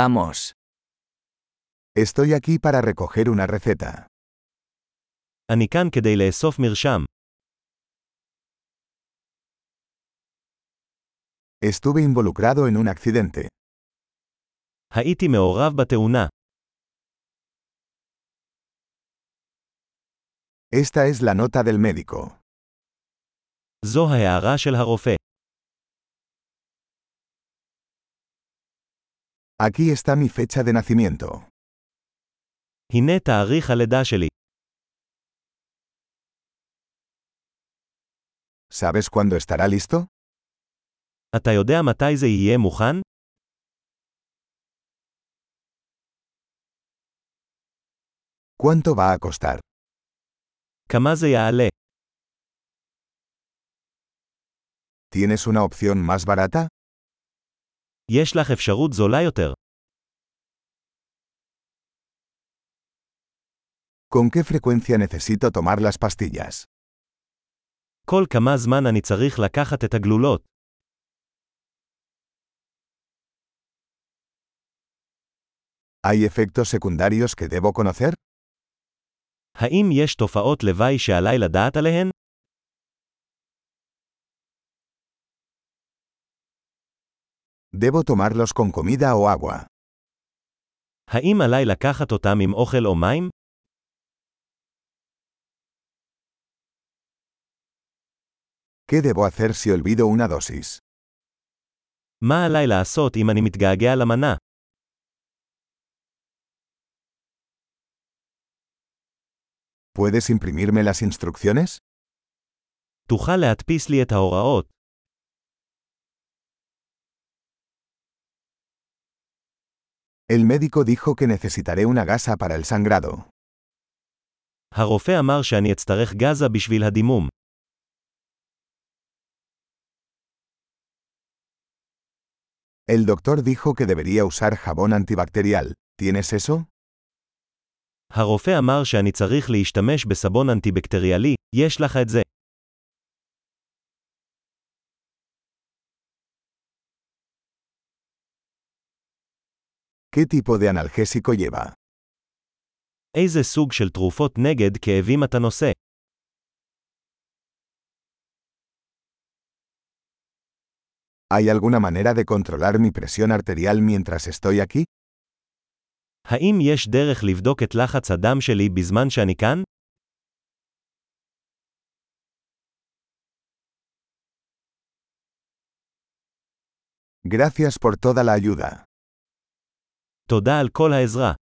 Vamos. Estoy aquí para recoger una receta. אני כאן כדי לאסוף מרשם. Estuve involucrado en un accidente. הייתי מעורב בתאונה. Esta es la nota del médico. זו ההערה של הרופא. Aquí está mi fecha de nacimiento. הנה תאריך הלידה שלי. ¿Sabes cuándo estará listo? אתה יודע מתי זה יהיה מוכן? ¿Cuánto va a costar? כמה זה יעלה? ¿Tienes una opción más barata? יש לך אפשרות זולה יותר. ¿Con qué frecuencia necesito tomar las pastillas? כל כמה זמן אני צריך לקחת את הגלולות. ¿Hay efectos secundarios que debo conocer? האם יש תופעות לוואי שעליי לדעת עליהן? ¿Debo tomarlos con comida o agua? האם עליי לקחת אותם עם אוכל או מים? ¿Qué debo hacer si olvido una dosis? מה עליי לעשות אם אני מתגעגע למנה? ¿Puedes imprimirme las instrucciones? תוכל להדפיס לי את ההוראות. El médico dijo que necesitaré una gasa para el sangrado. הרופא אמר שאני אצטרך גזה בשביל הדימום. El doctor dijo que debería usar jabón antibacterial. ¿Tienes eso? הרופא אמר שאני צריך להשתמש בסבון אנטיבקטריאלי, יש לך את זה. ¿Qué tipo de analgésico lleva? איזה סוג של תרופות נגד כאבים אתה נושא? ¿Hay alguna manera de controlar mi presión arterial mientras estoy aquí? האם יש דרך לבדוק את לחץ הדם שלי בזמן שאני כאן? Gracias por toda la ayuda. תודה על כל העזרה.